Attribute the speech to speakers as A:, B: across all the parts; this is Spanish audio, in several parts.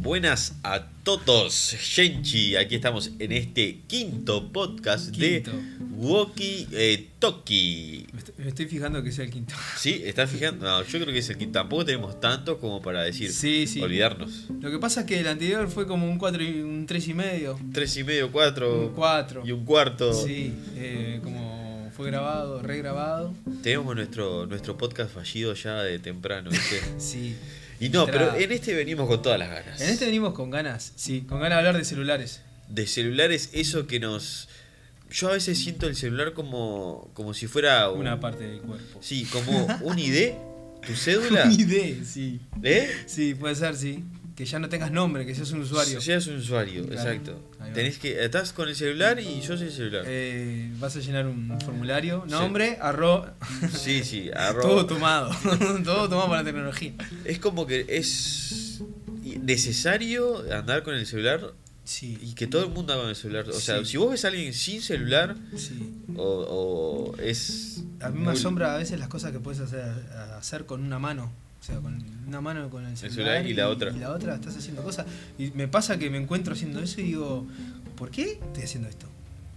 A: buenas a todos, Genchi. Aquí estamos en este quinto podcast
B: Quinto.
A: de Woki eh, Toki.
B: Me estoy, me estoy fijando que sea el quinto.
A: ¿Sí? ¿Estás fijando? No, yo creo que es el quinto. Tampoco tenemos tanto como para decir
B: Sí, sí.
A: olvidarnos.
B: Lo que pasa es que el anterior fue como un 4 y un 3 y medio.
A: Tres y medio, cuatro.
B: Un 4.
A: Y un cuarto.
B: Sí, eh, como fue grabado, regrabado.
A: Tenemos nuestro, nuestro podcast fallido ya de temprano, ¿viste?
B: Sí.
A: Y no,
B: Entrada.
A: pero en este venimos con todas las ganas.
B: En este venimos con ganas, sí, con ganas de hablar de celulares.
A: de celulares, eso que nos. Yo a veces siento el celular como, como si fuera un-
B: Una parte del cuerpo.
A: Sí, como un ID, tu cédula.
B: Un ID, sí.
A: ¿Eh?
B: Sí, puede ser, sí. Que ya no tengas nombre, que seas un usuario.
A: Seas un usuario,
B: Claro.
A: exacto.
B: Ahí va.
A: Tenés que. Estás con el celular y yo soy el celular.
B: Eh, vas a llenar un formulario,
A: Sí.
B: nombre, arroz,
A: Sí, sí, arroba.
B: todo tomado, todo tomado para la tecnología.
A: Es como que es necesario andar con el celular
B: Sí,
A: y que todo el mundo haga con el celular. O sea,
B: Sí.
A: si vos ves a alguien sin celular,
B: sí.
A: o, o es.
B: A mí me
A: muy-
B: asombra a veces las cosas que puedes hacer, a- hacer con una mano. O sea, con una mano con el celular,
A: celular y la otra.
B: Y la otra estás haciendo cosas. Y me pasa que me encuentro haciendo eso y digo, ¿por qué estoy haciendo esto?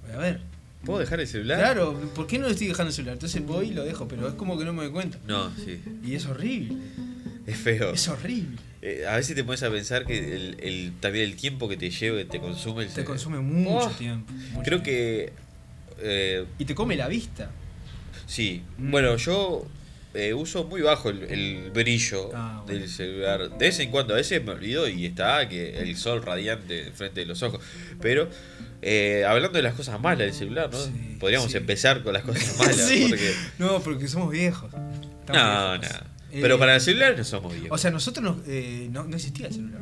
B: Voy a ver.
A: ¿Puedo dejar el celular?
B: Claro, ¿por qué no le estoy dejando el celular? Entonces voy y lo dejo, pero es como que no me doy cuenta.
A: No, sí.
B: Y es horrible.
A: Es feo.
B: Es horrible.
A: Eh, a veces te pones a pensar que el, el- también el tiempo que te lleva, te consume el
B: Te
A: cerebro.
B: consume mucho
A: Oh,
B: tiempo.
A: Creo
B: mucho tiempo.
A: que. eh,
B: Y te come la vista.
A: sí.
B: Mm.
A: Bueno, yo eh, uso muy bajo el, el brillo
B: Ah, bueno.
A: del celular. De vez en cuando, a veces me olvido y está que el sol radiante frente de los ojos. Pero. eh, hablando de las cosas malas del celular, ¿no?
B: Sí,
A: Podríamos
B: sí.
A: empezar con las cosas malas.
B: Sí.
A: porque...
B: No, porque somos viejos. Estamos
A: No,
B: viejos.
A: no.
B: Eh,
A: Pero para el celular no somos viejos.
B: O sea, nosotros nos- eh, no, no existía el celular.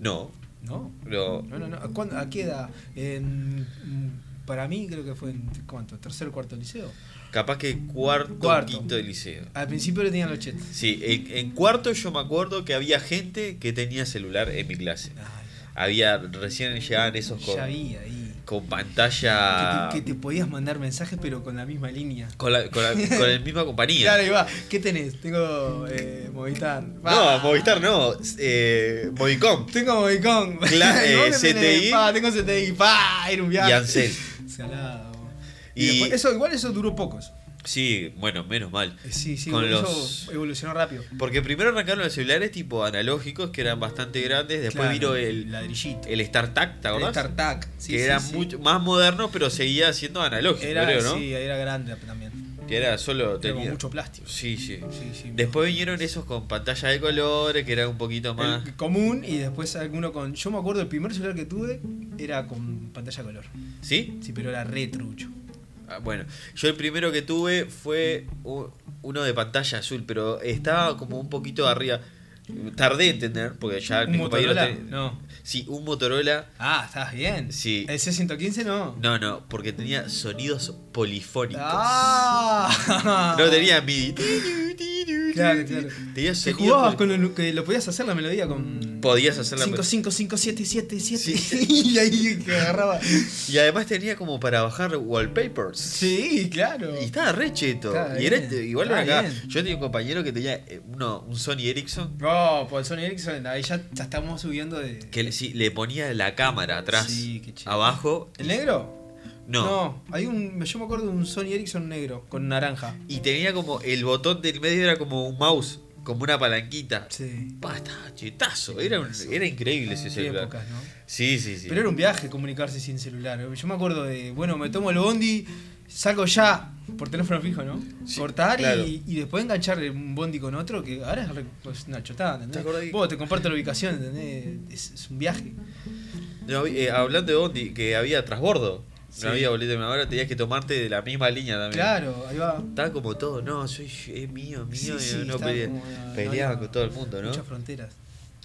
A: no,
B: No.
A: no.
B: No, no, no. ¿A, cuándo- a qué edad? En- mm, para mí creo que fue en cuánto, tercer o cuarto liceo.
A: Capaz que cuarto,
B: Cuarto.
A: quinto de liceo.
B: Al principio le tenían los chets.
A: Sí, en, en cuarto yo me acuerdo que había gente que tenía celular en mi clase.
B: Ay,
A: Había, recién llegaban esos con,
B: ya vi ahí.
A: con
B: Que
A: pantalla...
B: te, que te podías mandar mensajes pero con la misma línea.
A: Con, la, con, la- con la misma compañía.
B: Claro, ahí va. ¿Qué tenés? Tengo eh, Movistar.
A: no,
B: Va.
A: Movistar no, eh, Movicom
B: Tengo Movicom.
A: Cla-
B: ¿Y vos
A: eh,
B: qué tenés?
A: CTI.
B: Pa, tengo CTI. Pa, era un
A: y
B: viaje.
A: Ansel. Y-
B: Salado. Y, después- eso, igual eso duró pocos.
A: Sí, bueno, menos mal.
B: Sí, sí,
A: Con
B: eso
A: los-
B: evolucionó rápido.
A: Porque primero arrancaron los celulares tipo analógicos que eran bastante grandes, después vino
B: Claro,
A: el,
B: ladrillito.
A: el StarTac, ¿te
B: El
A: acordás?
B: StarTAC. Sí,
A: que
B: sí,
A: era
B: sí.
A: mucho más moderno pero seguía siendo analógico,
B: Era,
A: creo, ¿no?
B: Sí, era grande también.
A: Que era solo...
B: Tenía
A: tenía-
B: mucho plástico.
A: Sí, sí.
B: Sí, sí.
A: Después vinieron esos con pantalla de colores, que era un poquito más.
B: El común y después alguno con. Yo me acuerdo el primer celular que tuve era con pantalla color.
A: ¿Sí?
B: Sí, pero era re trucho.
A: Ah, bueno, yo el primero que tuve fue u- uno de pantalla azul, pero estaba como un poquito arriba. Tardé en entender, porque ya
B: ¿Un
A: mi Ah, compañero
B: Motorola?
A: ten-
B: No.
A: Sí, un Motorola.
B: Ah, estás bien.
A: Sí.
B: El C115 no.
A: No, no, porque tenía sonidos polifónicos.
B: Ah.
A: No tenía MIDI.
B: Claro, claro.
A: Tenía
B: Que
A: sonidos. poli-
B: jugabas con lo que lo podías hacer la melodía con.
A: Podías hacer la
B: 5, 5, 5, 7, 7, 7.
A: Sí.
B: Y ahí que agarraba.
A: Y además tenía como para bajar wallpapers.
B: Sí, claro.
A: Y estaba re cheto.
B: Está
A: y era
B: bien,
A: este- igual
B: está
A: era acá.
B: bien.
A: Yo tenía un compañero que tenía eh, uno, un Sony Ericsson
B: No, por el Sony Ericsson, ahí ya, ya estamos subiendo de.
A: que le, sí, le ponía la cámara atrás,
B: Sí, qué chido.
A: abajo.
B: ¿El negro?
A: No.
B: hay un. Yo me acuerdo de un Sony Ericsson negro con naranja.
A: Y tenía como el botón del medio era como un mouse, como una palanquita.
B: Sí.
A: Pa, estaba chetazo. Era, un- era increíble ese
B: Qué
A: celular.
B: épocas, ¿no?
A: Sí, sí, sí.
B: Pero era un viaje comunicarse sin celular. Yo me acuerdo de, bueno, me tomo el bondi, salgo ya por teléfono fijo, ¿no?
A: Sí,
B: Cortar
A: claro.
B: y, y después enganchar un bondi con otro, que ahora es re- pues, una chotada,
A: ¿Te
B: ¿entendés?
A: acordás que-
B: Vos te comparto la ubicación, ¿entendés? Es, es un viaje.
A: No, eh, hablando de Bondi, que había trasbordo.
B: Sí.
A: No había boleto de una hora, tenías que tomarte de la misma línea también.
B: Claro, ahí va.
A: Estaba como todo, no, soy es mío, mío,
B: Sí,
A: y
B: sí,
A: no
B: estaba
A: pelea-
B: como, no,
A: peleaba
B: no,
A: con todo el mundo, ¿no?
B: Muchas fronteras.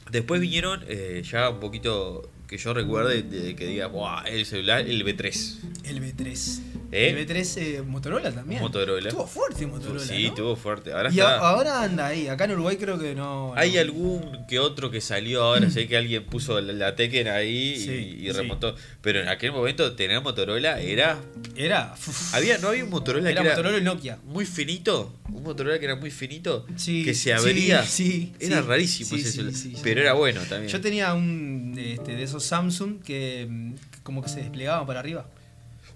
A: Después vinieron, eh, ya un poquito que yo recuerde, de- que diga, "Buah, el celular, el B3.
B: El B3.
A: ¿Eh?
B: El B3 eh, Motorola también.
A: Motorola.
B: Estuvo fuerte Motorola.
A: sí,
B: ¿no?
A: estuvo fuerte. Ahora
B: Y
A: está.
B: a- ahora anda ahí. Acá en Uruguay creo que no.
A: Hay
B: no.
A: algún que otro que salió ahora, sé que alguien puso la, la Tekken ahí y-
B: Sí,
A: y,
B: sí.
A: remontó. Pero en aquel momento tener Motorola era.
B: Era. uf,
A: Había, no había un Motorola
B: era
A: que era
B: Motorola y Nokia.
A: muy finito. Un Motorola que era muy finito.
B: Sí,
A: que se
B: sí,
A: abría.
B: sí,
A: era
B: sí,
A: rarísimo
B: sí,
A: ese
B: sí,
A: celular,
B: sí, sí.
A: pero eh, era bueno también.
B: Yo tenía un este, de esos Samsung que mm, como que se desplegaban para arriba.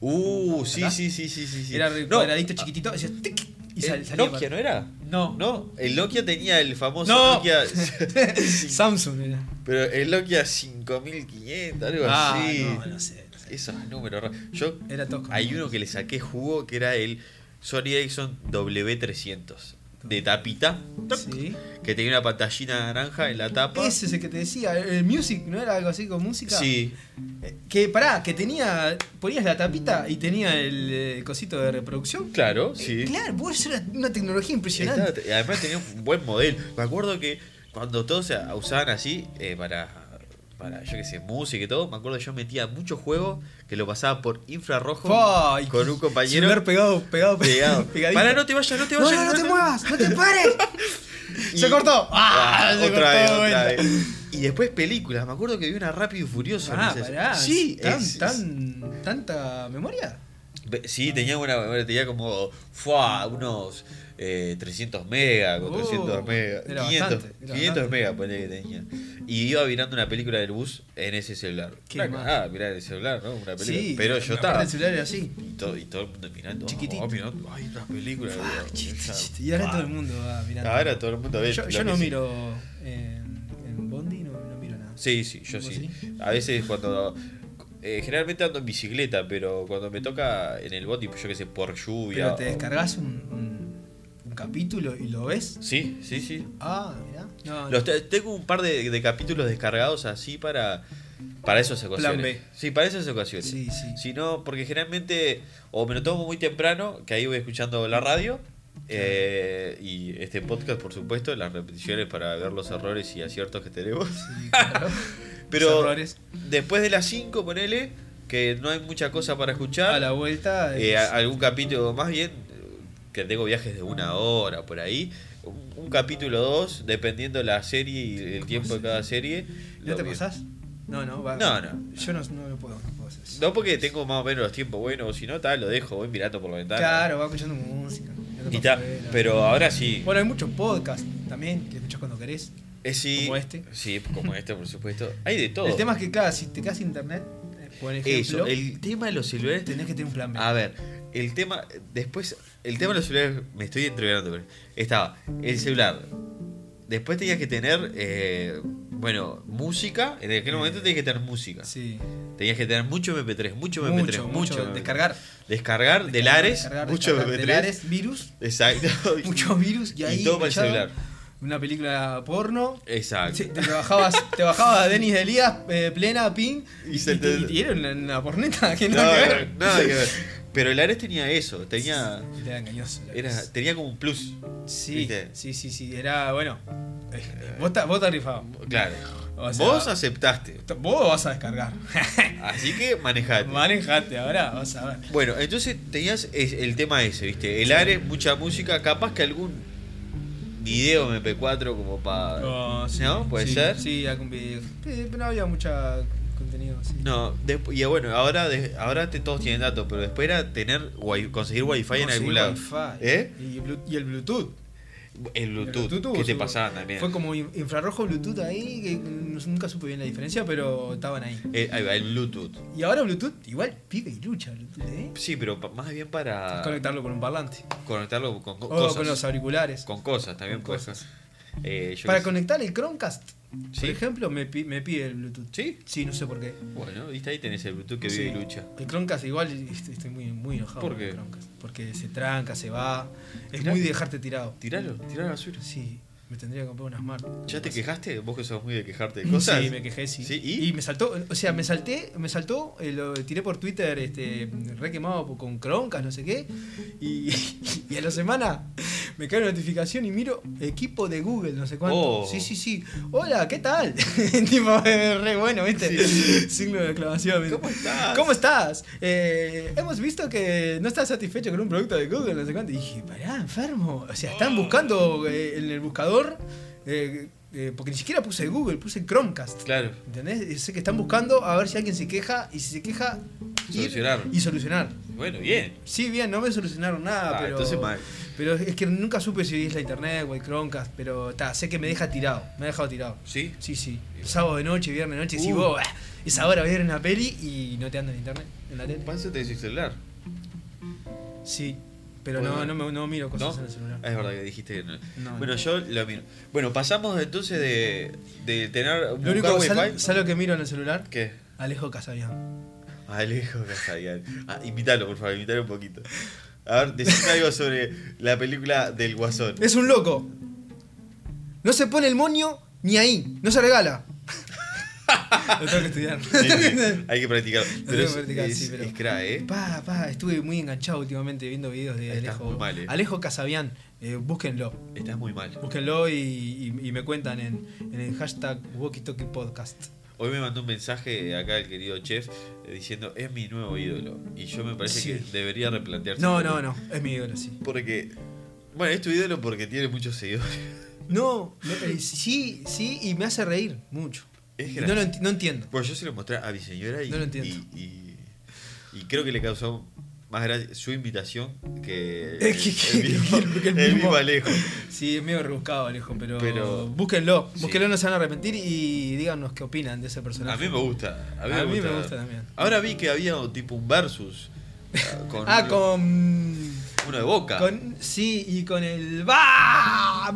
A: Uh, sí,
B: ¿Verdad?
A: sí, sí, sí, sí. sí.
B: Era re-
A: No,
B: cuadradito chiquitito. hacías tic, y sal-
A: el
B: salía
A: Nokia,
B: para-
A: ¿no era?
B: No,
A: No, el Nokia tenía el famoso
B: No.
A: Nokia.
B: Samsung era.
A: pero el Nokia 5500, algo
B: Ah,
A: así.
B: no, no sé. no sé.
A: Esos números raros. Yo
B: Era tosco.
A: Hay uno que le saqué jugo que era el Sony Ericsson W300 de tapita
B: Sí.
A: que tenía una pantallita naranja en la tapa.
B: Ese es el que te decía, el music, ¿no era algo así con música?
A: Sí,
B: Que pará, que tenía. Ponías la tapita y tenía el eh, cosito de reproducción.
A: claro,
B: Eh,
A: sí.
B: Claro, vos, eso era una tecnología impresionante.
A: Estaba- y además tenía un buen modelo. Me acuerdo que cuando todos se usaban así eh, para para yo qué sé, música y todo, me acuerdo que yo metía muchos juegos que lo pasaba por infrarrojo
B: Fua, y-
A: con un compañero
B: Celular pegado, pegado,
A: pegado.
B: pegadito.
A: Para no te vayas, no te
B: no, no,
A: vayas.
B: no te muevas, no te pares. Se cortó. Ah,
A: Ah,
B: se
A: otra vez,
B: cortó de
A: otra
B: vuelta.
A: vez. Y después películas. Me acuerdo que vi una Rápido y Furioso.
B: Ah,
A: no sé.
B: pará.
A: Sí,
B: tan,
A: es-
B: tan, tanta memoria.
A: ve- sí, tenía una tenía como fuá, unos eh, 300 megas, con
B: Oh,
A: 300 megas,
B: era
A: 500,
B: bastante, era
A: 500
B: bastante.
A: megas ponele que tenía. Y iba mirando una película del bus en ese celular.
B: Qué
A: Claro,
B: mal.
A: ah, mirá en el celular, ¿no? Una película.
B: Sí,
A: Pero yo
B: aparte
A: estaba.
B: El celular era así.
A: Y todo, y todo el mundo mirando. ah,
B: Chiquitito.
A: ah, mirando, ay, otras películas.
B: Ah,
A: boludo.
B: chiste,
A: Ya,
B: chiste. Y ahora
A: ah,
B: todo el mundo va mirando.
A: Ahora todo el mundo ve.
B: Yo,
A: lo
B: yo
A: que
B: no
A: se-
B: miro eh, en Bondi, no, no miro nada.
A: Sí, sí, yo
B: ¿Vos
A: sí. A veces cuando... eh, generalmente ando en bicicleta, pero cuando me toca en el bondi, pues yo qué sé, por lluvia...
B: Pero te descargas un, un- un capítulo y lo ves.
A: Sí, sí, sí.
B: Ah, mirá. No,
A: Los te- tengo un par de, de capítulos descargados así para, para esas ocasiones.
B: B.
A: Sí, para esas ocasiones.
B: Sí, sí.
A: Si no, porque generalmente o me lo tomo muy temprano, que ahí voy escuchando la radio, eh, y este podcast, por supuesto, las repeticiones para ver los errores y aciertos que tenemos.
B: sí, claro. Los
A: Pero
B: errores.
A: después de las 5, ponele, que no hay mucha cosa para escuchar.
B: a la vuelta.
A: Eh,
B: es-
A: a- algún capítulo más bien, eh, que tengo viajes de una hora por ahí. Un, un capítulo dos, dependiendo la serie y el tiempo de cada serie.
B: ¿No
A: lo
B: te
A: veo.
B: pasás? No, no, va.
A: No, no.
B: Yo no, no lo puedo, no puedo hacer eso.
A: No porque tengo más o menos los tiempos buenos, o si no, tal, lo dejo, voy mirando por la ventana.
B: Claro, va escuchando música. mirando
A: Y
B: para
A: ta,
B: afuera.
A: pero ahora sí.
B: Bueno, hay muchos podcasts también que escuchas cuando querés.
A: es sí-
B: como este.
A: Sí, como este, por supuesto. Hay de todo.
B: El tema es que, claro, si te quedas sin internet, eh, por ejemplo,
A: Eso, el Ah, tema de los celulares
B: tenés que tener un plan B.
A: A ver, el tema. Después. El tema de los celulares. Me estoy entreverando. pero Estaba el celular. Después tenías que tener. eh, bueno, música. En aquel
B: Eh,
A: momento tenías que tener música.
B: Sí.
A: Tenías que tener mucho MP3. Mucho MP3. Mucho.
B: Mucho, mucho.
A: MP3.
B: Descargar.
A: Descargar, de Lares.
B: Descargar,
A: mucho MP3.
B: descargar, de Lares, virus,
A: Exacto.
B: muchos virus y ahí.
A: y todo para el
B: escuchaba
A: celular.
B: Una película porno.
A: Exacto.
B: Sí, te bajabas, te bajabas a Denis de Elías, eh, plena, pin.
A: Y
B: Y,
A: se
B: te,
A: te-
B: y era una, una porneta que no,
A: No,
B: que ver.
A: no, nada que ver. Pero Lares tenía eso. Tenía.
B: Era engañoso. la
A: Era,
B: cosa.
A: tenía como un plus.
B: sí,
A: ¿viste?
B: sí, sí, sí. Era, bueno. eh, vos, ta- vos te rifabas.
A: Claro.
B: O sea-
A: Vos aceptaste.
B: Vos vas a descargar.
A: Así que manejate.
B: Manejate ahora, vas a ver.
A: Bueno, entonces tenías es- el tema ese, ¿viste? El Ares, mucha música, capaz que algún video MP4 como para...
B: Oh, sí,
A: ¿No? ¿Puede
B: sí,
A: ser?
B: Sí, algún video. Eh, pero no había mucho contenido, sí.
A: No, desp- y bueno, ahora de- ahora te, todos tienen datos, pero después era tener wi- conseguir wifi en
B: No, sí,
A: algún lado.
B: Wi-Fi.
A: ¿Eh?
B: Y, blu- y el Bluetooth.
A: El
B: El
A: Bluetooth,
B: Bluetooth
A: que te
B: su-
A: pasaban también.
B: Fue como in- infrarrojo Bluetooth ahí, que no- nunca supe bien la diferencia, pero estaban ahí.
A: Eh, ahí va, el Bluetooth.
B: Y ahora Bluetooth, igual pibe y lucha Bluetooth, ¿eh?
A: Sí, pero pa- más bien para
B: Conectarlo con un parlante.
A: conectarlo con Ah. co-
B: O
A: cosas.
B: con los auriculares.
A: Con cosas, también
B: Con
A: puedes.
B: cosas.
A: Eh, yo
B: Para
A: qué sé.
B: conectar el Chromecast,
A: Sí.
B: por ejemplo, me, pi- me pide el Bluetooth.
A: ¿Sí?
B: Sí, no sé por qué.
A: Bueno, viste, ahí tenés el Bluetooth que
B: Sí.
A: vive y lucha.
B: El Chromecast igual est- estoy muy, muy enojado
A: ¿Por
B: con
A: qué?
B: el Chromecast. Porque se tranca, se va. Es
A: Mirá.
B: muy de dejarte tirado.
A: Tiralo, tiralo a la basura.
B: Sí, me tendría que comprar una Smart.
A: ¿Ya te quejaste? Vos que sos muy de quejarte de cosas.
B: Sí, me quejé, sí.
A: Sí, ¿y?
B: me saltó, o sea, me salté, me saltó, eh, lo tiré por Twitter, este, re quemado por- con croncas, no sé qué. Y, y a la semana Me cae una notificación y miro equipo de Google, no sé cuánto.
A: Oh.
B: Sí, sí, sí. Hola, ¿qué tal? tipo, eh, re bueno, ¿viste? Signo de exclamación. ¿viste?
A: ¿Cómo estás?
B: ¿Cómo estás? Eh, hemos visto que no estás satisfecho con un producto de Google, no sé cuánto. Y dije, pará, enfermo. O sea,
A: Oh.
B: están buscando eh, en el buscador. eh, eh, porque ni siquiera puse Google, puse Chromecast.
A: Claro.
B: ¿Entendés? Yo sé que están
A: Mm.
B: buscando a ver si alguien se queja y si se queja. ir
A: Solucionar.
B: Y solucionar.
A: Bueno, bien.
B: Sí, bien, no me solucionaron nada,
A: Ah,
B: pero.
A: entonces mal.
B: Pero es que nunca supe si es la internet o el Chromecast, pero está, sé que me deja tirado. Me ha dejado tirado.
A: ¿Sí?
B: Sí, sí. Sábado de noche, viernes de noche, si
A: Uh.
B: vos, ah, es ahora voy a ver una peli y no te anda en internet, en la tele.
A: Pasa de su celular.
B: Sí, pero
A: Bueno.
B: no, no, me- no miro cosas
A: ¿No?
B: en el celular.
A: Ah, Es verdad que dijiste que no.
B: No,
A: bueno,
B: no.
A: yo lo miro. Bueno, pasamos entonces de, de tener
B: Lo
A: buscar
B: único que sal-
A: wifi.
B: ¿sabes lo que miro en el celular,
A: ¿Qué? Ah,
B: Alejo Casabian.
A: Alejo Casabian. Ah, invítalo, por favor, invítalo un poquito. A ver, decime algo sobre la película del Guasón.
B: Es un loco. No se pone el moño ni ahí, no se regala. lo tengo que estudiar.
A: Sí, sí, hay que practicar. Pero
B: que
A: es,
B: practicar,
A: es,
B: sí, pero-
A: es cra, ¿eh?
B: Pa, pa, estuve muy enganchado últimamente viendo videos de
A: Estás
B: Alejo.
A: muy mal, eh.
B: Alejo Casabian, eh, búsquenlo.
A: Estás muy mal.
B: Búsquenlo y, y- y me cuentan en, en el hashtag Walkie Talkie Podcast.
A: Hoy me mandó un mensaje acá el querido chef eh, diciendo es mi nuevo ídolo. Y yo me parece
B: Sí.
A: que debería replantearse.
B: No, no, no, es mi ídolo, sí.
A: Porque. Bueno, es tu ídolo porque tiene muchos seguidores.
B: No, me- eh, sí, sí, y me hace reír mucho.
A: Es
B: Y No, lo enti- no entiendo.
A: Bueno, yo se lo mostré a mi señora y,
B: No lo entiendo.
A: y, y- y creo que le causó más gracia su invitación que
B: Eh, que- que- que- que el
A: el
B: mismo.
A: mismo Alejo.
B: Sí, es medio rebuscado, Alejo, pero,
A: Pero-
B: búsquenlo.
A: sí.
B: Búsquenlo, no se van a arrepentir y díganos qué opinan de ese
A: A
B: personaje.
A: mí me gusta. A mí,
B: A
A: me,
B: mí
A: gusta.
B: me gusta también.
A: Ahora vi que había tipo un versus ah, con, Ah.
B: ah,
A: uno,
B: con,
A: uno de Boca.
B: con. Sí, y con el. ¡Va!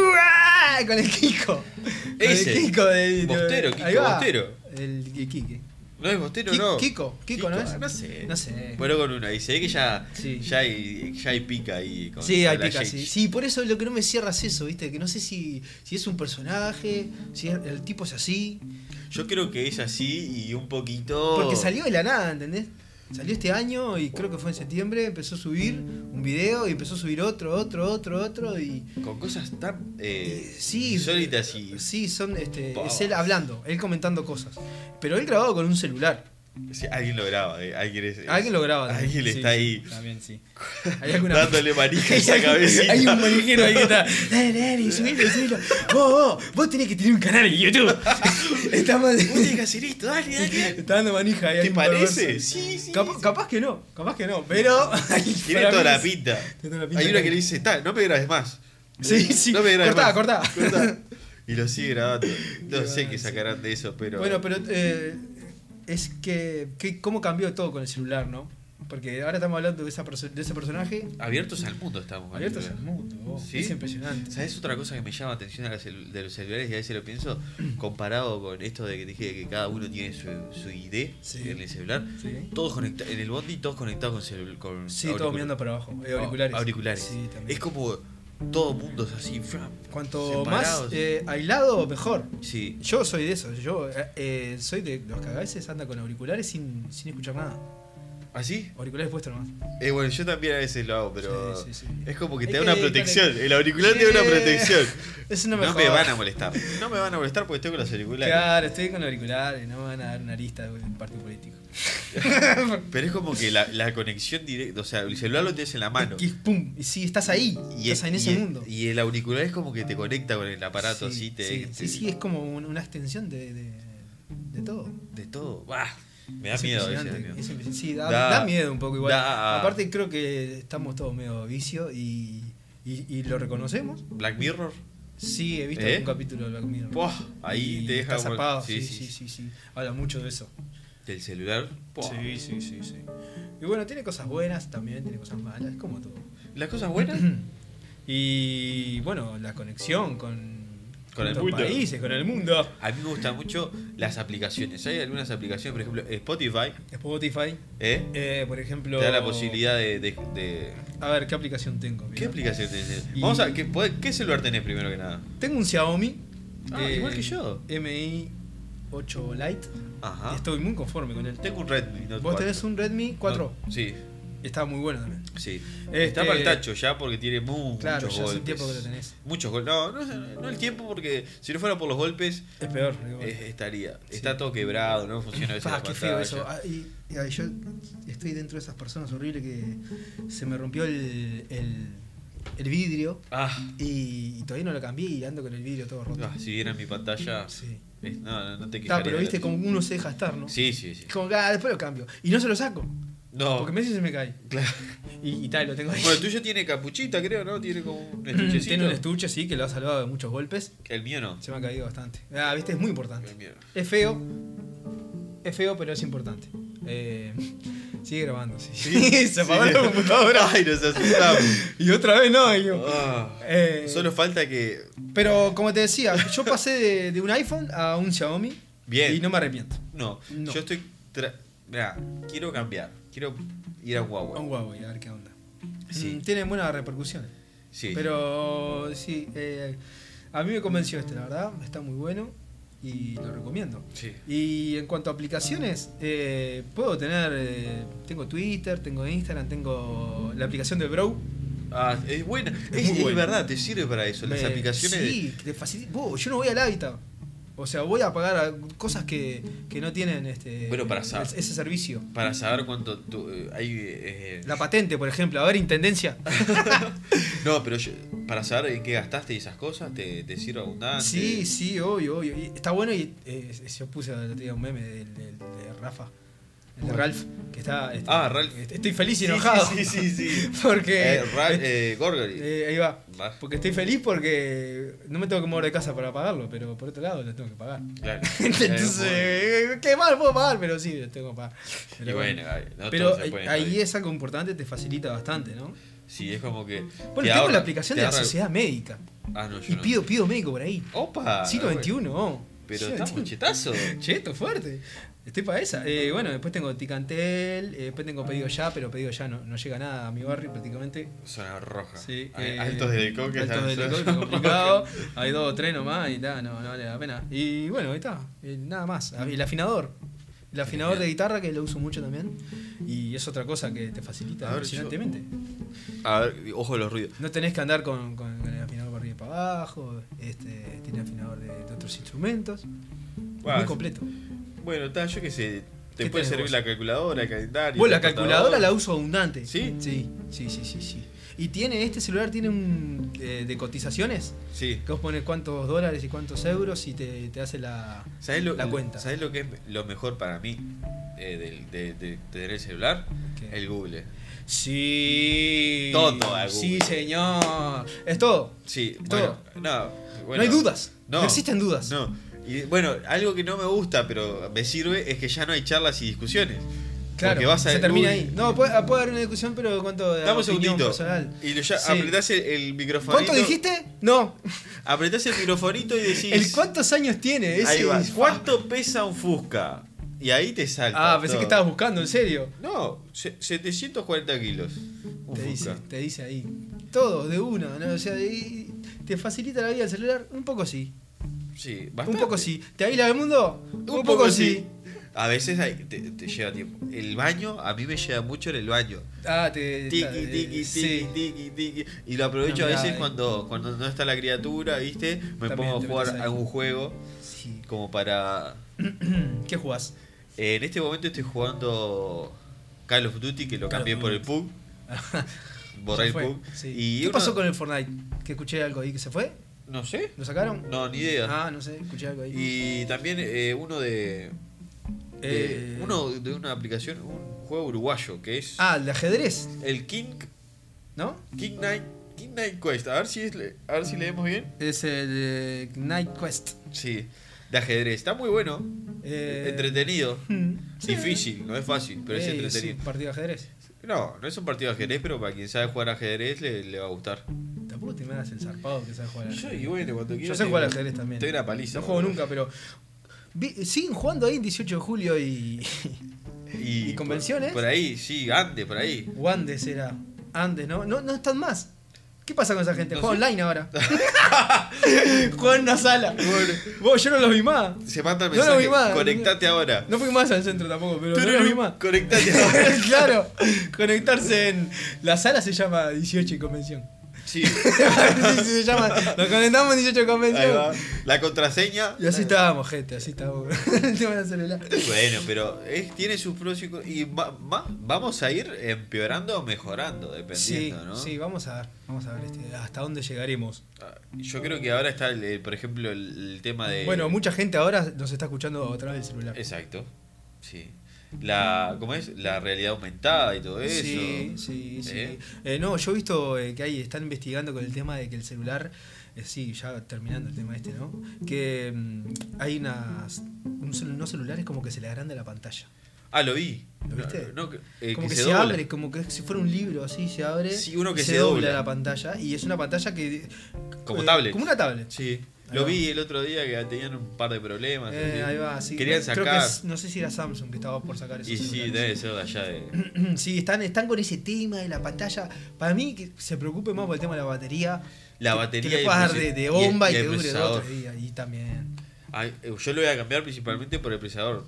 B: ¡Boyúa! Con el Kiko. Con
A: Ese.
B: El Kiko de.
A: Bostero, Kiko,
B: ahí va.
A: Bostero.
B: El el Kike.
A: No es Bostero,
B: Ki-
A: no.
B: Kiko, Kiko, ¿no es?
A: ah, No sé.
B: No sé.
A: Bueno, con una. Y se ve que ya,
B: Sí.
A: ya, hay, ya hay pica ahí. Con,
B: Sí, hay
A: con la
B: pica,
A: Jake.
B: sí. Sí, por eso lo que no me cierra es eso, ¿viste? Que no sé si, si es un personaje, si es- el tipo es así.
A: Yo creo que es así y un poquito.
B: Porque salió de la nada, ¿entendés? Salió este año y creo que fue en septiembre, empezó a subir un video y empezó a subir otro, otro, otro, otro y...
A: Con cosas tan. Eh,
B: Sí,
A: insólitas y.
B: Sí, son, este,
A: Pavas.
B: es él hablando, él comentando cosas. Pero él grabado con un celular.
A: Sí, alguien lo graba, eh, alguien, es-
B: Alguien lo graba. también.
A: Alguien
B: Sí,
A: está
B: sí,
A: ahí
B: También, sí. Hay alguna-
A: dándole manija a esa
B: Hay-
A: cabecita.
B: Hay un manijero ahí que está. Dale, dale, subilo, subilo. Vos, vos, vos tenés que tener un canal en YouTube. está, mal-
A: Vos tenés que hacer esto, dale, dale.
B: está dando manija ahí.
A: ¿Te
B: alguien
A: parece?
B: perverso.
A: Sí, sí.
B: Capaz, capaz que no, capaz que no, pero.
A: Tiene
B: para
A: toda
B: mí
A: la
B: es-
A: pinta.
B: Tiene toda la pinta
A: Hay una
B: que-
A: que le dice, "Ta, no me grabes más. Eh,
B: Sí, sí.
A: No me grabes
B: Cortá,
A: más.
B: cortá.
A: Y lo sigue grabando. No
B: Qué
A: sé
B: bueno,
A: qué
B: sí.
A: sacarán de eso, pero.
B: Bueno, pero eh, es que, que- ¿Cómo cambió todo con el celular, no? Porque ahora estamos hablando de, esa perso- de ese personaje
A: Abiertos al mundo estamos.
B: abierto al
A: boludo.
B: mundo. vos.
A: Sí.
B: Es impresionante.
A: ¿Sabes otra cosa que me llama atención a la celu- de los celulares y a veces lo pienso? Comparado con esto de que dije que cada uno tiene su, su ID
B: Sí.
A: en el celular.
B: Sí,
A: Todos conecta- en el bondi todos conectados con celu- con
B: sí todo
A: auriculares.
B: mirando para abajo. eh,
A: No,
B: auriculares.
A: auriculares.
B: Sí, también.
A: Es como todo mundo es así. fram,
B: Cuanto más
A: separados.
B: eh, aislado, mejor.
A: Sí.
B: Yo soy de eso. Yo eh, eh, soy de los que a veces anda con auriculares sin, sin escuchar nada.
A: ¿Así?
B: Auriculares puestos nomás.
A: Eh, bueno, yo también a veces lo hago, pero. eh,
B: Sí, sí, sí.
A: Es como que
B: Es
A: te da
B: que
A: una
B: con el-
A: protección. El auricular te da
B: Sí.
A: una protección.
B: Eso
A: No
B: no
A: me,
B: me
A: van a molestar. No me van a molestar porque estoy con los auriculares.
B: Claro, estoy con auriculares, no me van a dar una lista de un partido político.
A: Pero es como que la, la conexión directa. O sea, el celular lo tienes en la mano.
B: Y pum, y sí, estás ahí,
A: Y
B: estás
A: el-
B: en ese
A: y el-
B: mundo.
A: Y el auricular es como que te conecta con el aparato
B: Sí,
A: así. Te,
B: sí,
A: te-
B: sí, sí, es como un- una extensión de, de, de todo.
A: De todo. Bah, me da
B: Es
A: miedo a veces,
B: impresionante,
A: da miedo.
B: es impresionante. sí, da,
A: Da-
B: da miedo un poco igual.
A: da-
B: Aparte creo que estamos todos medio vicio y, y, y lo reconocemos.
A: Black Mirror.
B: Sí, he visto
A: ¿Eh?
B: un capítulo de Black Mirror.
A: Buah, ahí
B: Y
A: te deja
B: está
A: como-
B: zapado,
A: sí,
B: sí
A: sí,
B: sí, sí, sí, Habla mucho de eso.
A: Del celular. Buah.
B: Sí, sí, sí, sí. Y bueno, tiene cosas buenas también, tiene cosas malas, como todo.
A: Las cosas buenas.
B: Y bueno, la conexión con,
A: Con el
B: otros
A: mundo.
B: países, con el mundo.
A: A mí me gustan mucho las aplicaciones. Hay algunas aplicaciones, por ejemplo, Spotify,
B: Spotify,
A: ¿eh?
B: eh, por ejemplo.
A: Te da la posibilidad de. de- de-
B: A ver, ¿qué aplicación tengo?
A: ¿Qué
B: Mirá.
A: aplicación tenés?
B: Y-
A: Vamos a. ¿qué, podés- qué celular tenés primero que nada?
B: Tengo un Xiaomi. eh,
A: Ah, igual que yo.
B: MI 8 Lite.
A: Ajá.
B: Estoy muy conforme con él.
A: Tengo un Redmi Note
B: Vos
A: 4.
B: tenés un Redmi 4.
A: No, sí.
B: Estaba muy bueno también.
A: Sí.
B: Este-
A: Está para el tacho ya porque tiene mu-
B: Claro,
A: muchos
B: ya hace
A: golpes.
B: un tiempo que lo tenés. Mm.
A: Muchos golpes. No, no, no el tiempo porque si no fuera por los golpes
B: Es peor. digo,
A: eh, estaría. Está todo quebrado, no funciona eso.
B: Pa, qué feo eso. Ah, y, y ahí yo estoy dentro de esas personas horribles que se me rompió el, el, el vidrio
A: Ah,
B: y, todavía no lo cambié y ando con el vidrio todo roto.
A: ah, si vieran mi pantalla.
B: Sí.
A: es- No, no, no te
B: Está,
A: quejarías.
B: pero viste como uno se deja estar, ¿no?
A: Sí, sí, sí.
B: Es Como que ah, después lo cambio. Y no se lo saco.
A: No.
B: Porque Messi se me cae.
A: Claro.
B: Y, y tal, lo tengo ahí.
A: Bueno, el tuyo tiene capuchita, creo, ¿no? Tiene como un estuchecito.
B: Tiene un estuche, sí, que lo ha salvado de muchos golpes.
A: El mío no.
B: Se me ha caído bastante. Ah, viste, es muy importante.
A: El mío no.
B: Es feo. Es feo, pero es importante. Eh, sigue grabando, sí. se apagó
A: Sí.
B: la computadora.
A: Ay, nos asustamos.
B: Y otra vez no, digo.
A: Ah.
B: Eh,
A: Solo falta que.
B: Pero como te decía, yo pasé de, de un iPhone a un Xiaomi.
A: Bien.
B: Y no me arrepiento.
A: No,
B: No.
A: yo estoy. Tra... Mirá, quiero cambiar. Quiero ir a
B: A un
A: Huawei.
B: Huawei, a ver qué onda.
A: Sí.
B: Mm, tiene buenas repercusiones.
A: Sí.
B: Pero sí, eh, a mí me convenció este, la verdad. Está muy bueno y lo recomiendo.
A: Sí.
B: Y en cuanto a aplicaciones, eh, puedo tener. eh, tengo Twitter, tengo Instagram, tengo la aplicación de Bro.
A: Ah, es buena.
B: muy
A: Es, es
B: buena.
A: verdad, te sirve para eso. Las
B: Me-
A: aplicaciones. de-
B: Sí, te facilita. Vos, yo no voy al hábitat. O sea, voy a pagar a cosas que, que no tienen este
A: Bueno, para saber.
B: es- ese servicio.
A: Para saber cuánto tu- eh, hay. eh,
B: La patente, por ejemplo. A ver, intendencia.
A: No, pero yo- para saber en qué gastaste y esas cosas, te, te sirve abundante.
B: Sí, sí, obvio, obvio. Y está bueno y eh, yo puse el otro día un meme del- del- de, Rafa, el de Ralph, que está. este,
A: Ah, Ralph.
B: est- Estoy feliz
A: Sí,
B: y enojado.
A: Sí, sí, sí.
B: Porque.
A: Eh, Ra- eh, Gorgory.
B: eh, ahí va.
A: Ra-
B: Porque estoy feliz porque no me tengo que mover de casa para pagarlo, pero por otro lado lo tengo que pagar.
A: Claro.
B: Entonces, eh, qué mal puedo pagar, pero sí, lo tengo que pagar.
A: Y
B: Pero,
A: bueno, ahí- no
B: pero
A: todos se pueden
B: ahí
A: salir.
B: es algo importante, te facilita bastante, ¿no?
A: Sí, es como que.
B: Bueno, tengo la aplicación de la
A: sociedad
B: sociedad médica.
A: Ah, no, yo
B: Y
A: no.
B: pido, pido médico por ahí.
A: Opa.
B: Siglo XXI, oh.
A: Pero
B: Siglo
A: estamos
B: XXI.
A: chetazos.
B: Cheto, fuerte. Estoy para esa. Eh, bueno, después tengo Ticantel, eh, después tengo pedido ya, pero pedido ya no, no llega nada a mi barrio prácticamente.
A: Zona roja.
B: Sí,
A: Hay
B: eh,
A: altos del Lecón que
B: Altos
A: están
B: de
A: en
B: Lecón,
A: zona
B: complicado. Hay dos o tres nomás y está, no, no vale la pena. Y bueno, ahí está. Eh, nada más. Ah, y El afinador. El afinador de guitarra que lo uso mucho también. Y es otra cosa que te facilita
A: A ver,
B: impresionantemente.
A: roja. A ver, ojo a los ruidos.
B: No tenés que andar con, con- con el afinador para arriba y para abajo. Este, tiene afinador de, de otros instrumentos.
A: Bueno,
B: Muy completo.
A: Bueno, está, yo qué sé. Te
B: ¿Qué
A: puede
B: tenés
A: servir
B: vos?
A: la calculadora, el calendario.
B: Bueno,
A: el
B: la calculadora la
A: computador.
B: uso abundante.
A: ¿Sí?
B: Sí, sí, sí, sí. sí. Y tiene, este celular tiene un eh, de cotizaciones,
A: Sí.
B: que vos pones cuántos dólares y cuántos euros y te, te hace la...
A: ¿Sabés lo,
B: La cuenta.
A: ¿Sabés lo que es lo mejor para mí eh, del- de, de- de tener el celular?
B: ¿Qué?
A: El Google.
B: Sí.
A: Todo a
B: Sí,
A: Google.
B: señor. Es todo.
A: Sí,
B: Todo.
A: bueno, no, bueno,
B: no hay dudas.
A: no.
B: No, existen dudas.
A: No. Y bueno, algo que no me gusta, pero me sirve, es que ya no hay charlas y discusiones.
B: Claro,
A: Porque vas a-
B: se termina
A: Uy.
B: ahí. No, puede, puede haber una discusión, pero cuánto... de
A: Dame un
B: opinión
A: segundito.
B: personal.
A: Y lo ya
B: Sí.
A: apretás el, el microfonito.
B: ¿Cuánto dijiste? No.
A: Apretás el microfonito y decís.
B: ¿El cuántos años tiene? Ese
A: Ahí va.
B: es-
A: ¿Cuánto pesa un Fusca? Y ahí te salta.
B: Ah, pensé
A: todo.
B: que estabas buscando, en serio.
A: No, se- 740 kilos. Un
B: Te dice,
A: Fusca.
B: te dice ahí. Todo, de una, ¿no? O sea, y- ¿te facilita la vida el celular? Un poco sí.
A: Sí, bastante.
B: Un poco sí. ¿Te aísla del mundo? Un, poco, sí.
A: A veces hay- te, te lleva tiempo. El baño, a mí me lleva mucho en el baño.
B: Ah, te. ta-
A: Tiki,
B: eh,
A: tiki,
B: sí.
A: tiki, tiki, tiki. Y lo aprovecho
B: No,
A: a
B: mirá,
A: veces
B: eh.
A: cuando, cuando no está la criatura, ¿viste? Me
B: También
A: pongo a
B: te
A: jugar
B: metes ahí.
A: algún juego
B: Sí.
A: como para
B: ¿Qué jugás?
A: Eh, en este momento estoy jugando Call of Duty, que lo
B: Call of
A: cambié por el PUG. Borré
B: Ya
A: el
B: fue,
A: PUG.
B: sí.
A: Y
B: ¿Qué
A: uno-
B: pasó con el Fortnite? Que escuché algo ahí que se fue.
A: No sé.
B: ¿Lo sacaron?
A: No, ni idea.
B: Ah, no sé, escuché algo ahí.
A: Y también eh, uno de, de-
B: Eh,
A: Uno de una aplicación, un juego uruguayo, que es
B: Ah, el de ajedrez,
A: el King,
B: ¿no?
A: King Knight. King Knight Quest, a ver si es, le- a ver si leemos bien.
B: Es el eh, Night Quest.
A: Sí, de ajedrez. Está muy bueno,
B: Eh,
A: entretenido.
B: mm, sí.
A: Difícil, no es fácil, pero es
B: Ey,
A: entretenido.
B: un partido de ajedrez.
A: No, no es un partido de ajedrez, pero para quien sabe jugar ajedrez le, le va a gustar.
B: Tampoco te me das el zarpado que sabes jugar al
A: Yo,
B: ajedrez.
A: y bueno, cuando quiera
B: Yo sé
A: te-
B: jugar al ajedrez también.
A: Te doy una paliza.
B: No juego
A: boludo.
B: nunca, pero. vi- siguen jugando ahí en 18 de julio y. ¿Y convenciones?
A: Por, por ahí, sí, antes, por ahí.
B: o Andes era. Andes, ¿no? No, no están más. ¿Qué pasa con esa gente?
A: No
B: Juega
A: sé.
B: online ahora. Juega en una sala. Vos, yo no los vi más.
A: Se manda el
B: No lo
A: mensaje.
B: vi más.
A: Conectate ahora.
B: No fui más al centro tampoco, pero no los vi más.
A: Conectate ahora.
B: claro, conectarse en. La sala se llama 18 y convención.
A: Sí.
B: Sí, se llama. Nos conectamos en 18 y
A: Ahí va.
B: convención.
A: La contraseña.
B: Y así estábamos, gente, así estábamos. El tema del celular.
A: Bueno, pero es- tiene sus pros y cons- Y va- va- vamos a ir empeorando o mejorando,
B: Sí,
A: dependiendo, ¿no?
B: sí, vamos a ver. Vamos a ver este, hasta dónde llegaremos.
A: Ah, Yo creo que ahora está, el- el, por ejemplo, el, el tema de.
B: Bueno, mucha gente ahora nos está escuchando a través del celular.
A: Exacto. Sí. La, ¿Cómo es? La realidad aumentada y todo eso.
B: Sí, sí, sí.
A: ¿Eh?
B: Eh, no, yo he visto eh, que ahí están investigando con el tema de que el celular, eh, sí, ya terminando el tema este, ¿no? Que mm, hay unas, un cel- unos celulares como que se le agranda la pantalla.
A: Ah, lo vi.
B: ¿Lo viste?
A: No, no, que- eh,
B: como
A: que
B: que,
A: se
B: se,
A: dobla.
B: abre, como que si fuera un libro así, se abre.
A: Sí, uno que
B: se,
A: se
B: dobla,
A: dobla.
B: la pantalla y es una pantalla que...
A: Como
B: eh,
A: tablet.
B: Como una tablet.
A: Sí.
B: Ahí
A: Lo
B: va.
A: vi el otro día que tenían un par de problemas.
B: Eh,
A: así.
B: ahí va, sí.
A: Querían
B: Creo que
A: sacar.
B: es- no sé si era Samsung que estaba por sacar eso.
A: y sí, debe ser de allá de.
B: Sí, están, están con ese tema de la pantalla. Para mí, que se preocupe más por el tema de la batería.
A: La
B: Que-
A: batería
B: Que le
A: y el
B: puedas dar de,
A: proces-
B: de
A: y el-
B: bomba
A: y
B: y,
A: el
B: te dure dos
A: procesador.
B: o tres días. Y también.
A: Ay, eh, yo lo voy a cambiar principalmente por el procesador.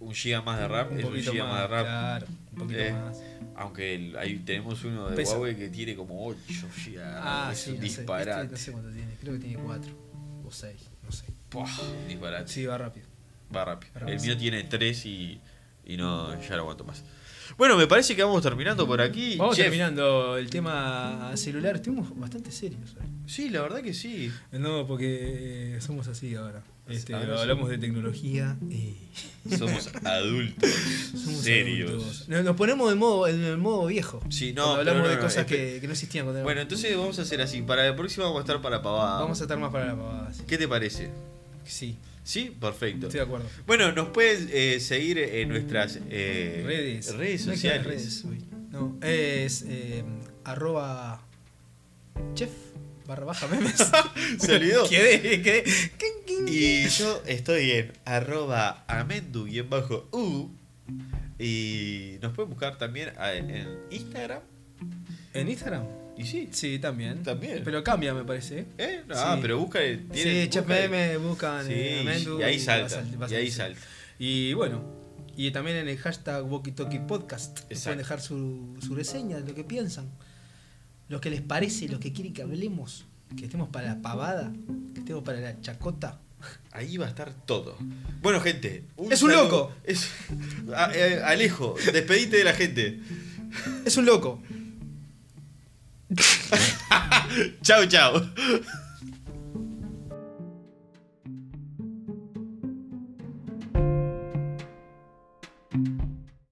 A: Un giga más de RAM,
B: Un
A: es un
B: poquito
A: giga más de
B: más.
A: RAM.
B: Claro, un poquito
A: Eh,
B: más.
A: Aunque el- ahí tenemos uno de
B: Pesa.
A: Huawei que tiene como 8 gigas.
B: Ah,
A: es
B: sí,
A: un
B: no sé,
A: disparate.
B: este no sé cuánto tiene. Creo que tiene cuatro o seis. No sé.
A: Puah, un disparate.
B: Sí, va rápido.
A: Va rápido.
B: Rápido.
A: El mío tiene 3 y, y no, ya no aguanto más. Bueno, me parece que vamos terminando por aquí.
B: Vamos
A: Chef.
B: terminando el tema celular. Estuvimos bastante serios. ¿eh? hoy.
A: Sí, la verdad que sí.
B: No, porque eh, somos así ahora. Este,
A: Ahora somos-
B: hablamos de tecnología eh, y.
A: Somos adultos.
B: Somos
A: serios.
B: adultos. Nos, nos ponemos de modo, en el modo viejo.
A: Sí, no,
B: Cuando
A: pero
B: hablamos
A: no,
B: de
A: no,
B: cosas
A: espe-
B: que, que no existían cuando
A: Bueno,
B: éramos-
A: entonces vamos a hacer así. Para la próxima vamos a estar para pavada.
B: Vamos a estar más para
A: mm,
B: la pavada. sí.
A: ¿Qué te parece?
B: Sí,
A: ¿Sí? Perfecto.
B: estoy de acuerdo.
A: Bueno, nos pueden eh, seguir en nuestras eh,
B: redes.
A: redes
B: No hay que dar
A: sociales.
B: redes hoy. No, es eh, arroba chef barra baja memes.
A: Se olvidó.
B: quedé, quedé. Quin, quin.
A: Y yo estoy en arroba amendu y en bajo u. Y nos pueden buscar también a- en Instagram.
B: ¿En Instagram?
A: Y sí.
B: Sí, también.
A: También.
B: Pero cambia, me parece.
A: ¿Eh? Ah,
B: Sí.
A: pero busca. tienen-
B: Sí,
A: busca-
B: chef memes, buscan
A: Sí,
B: eh, Amendu
A: y ahí
B: va a
A: salta.
B: sal- va a
A: Y ahí
B: salir.
A: salta.
B: Y bueno, y también en el hashtag Wokitoki Podcast.
A: Exacto.
B: Pueden dejar su, su reseña, lo que piensan, lo que les parece, lo que quieren que hablemos, que estemos para la pavada, que estemos para la chacota.
A: Ahí va a estar todo. Bueno, gente.
B: Es un
A: saludo-
B: loco.
A: Es- A- eh, Alejo, despedite de la gente.
B: Es un loco.
A: Chao, chao.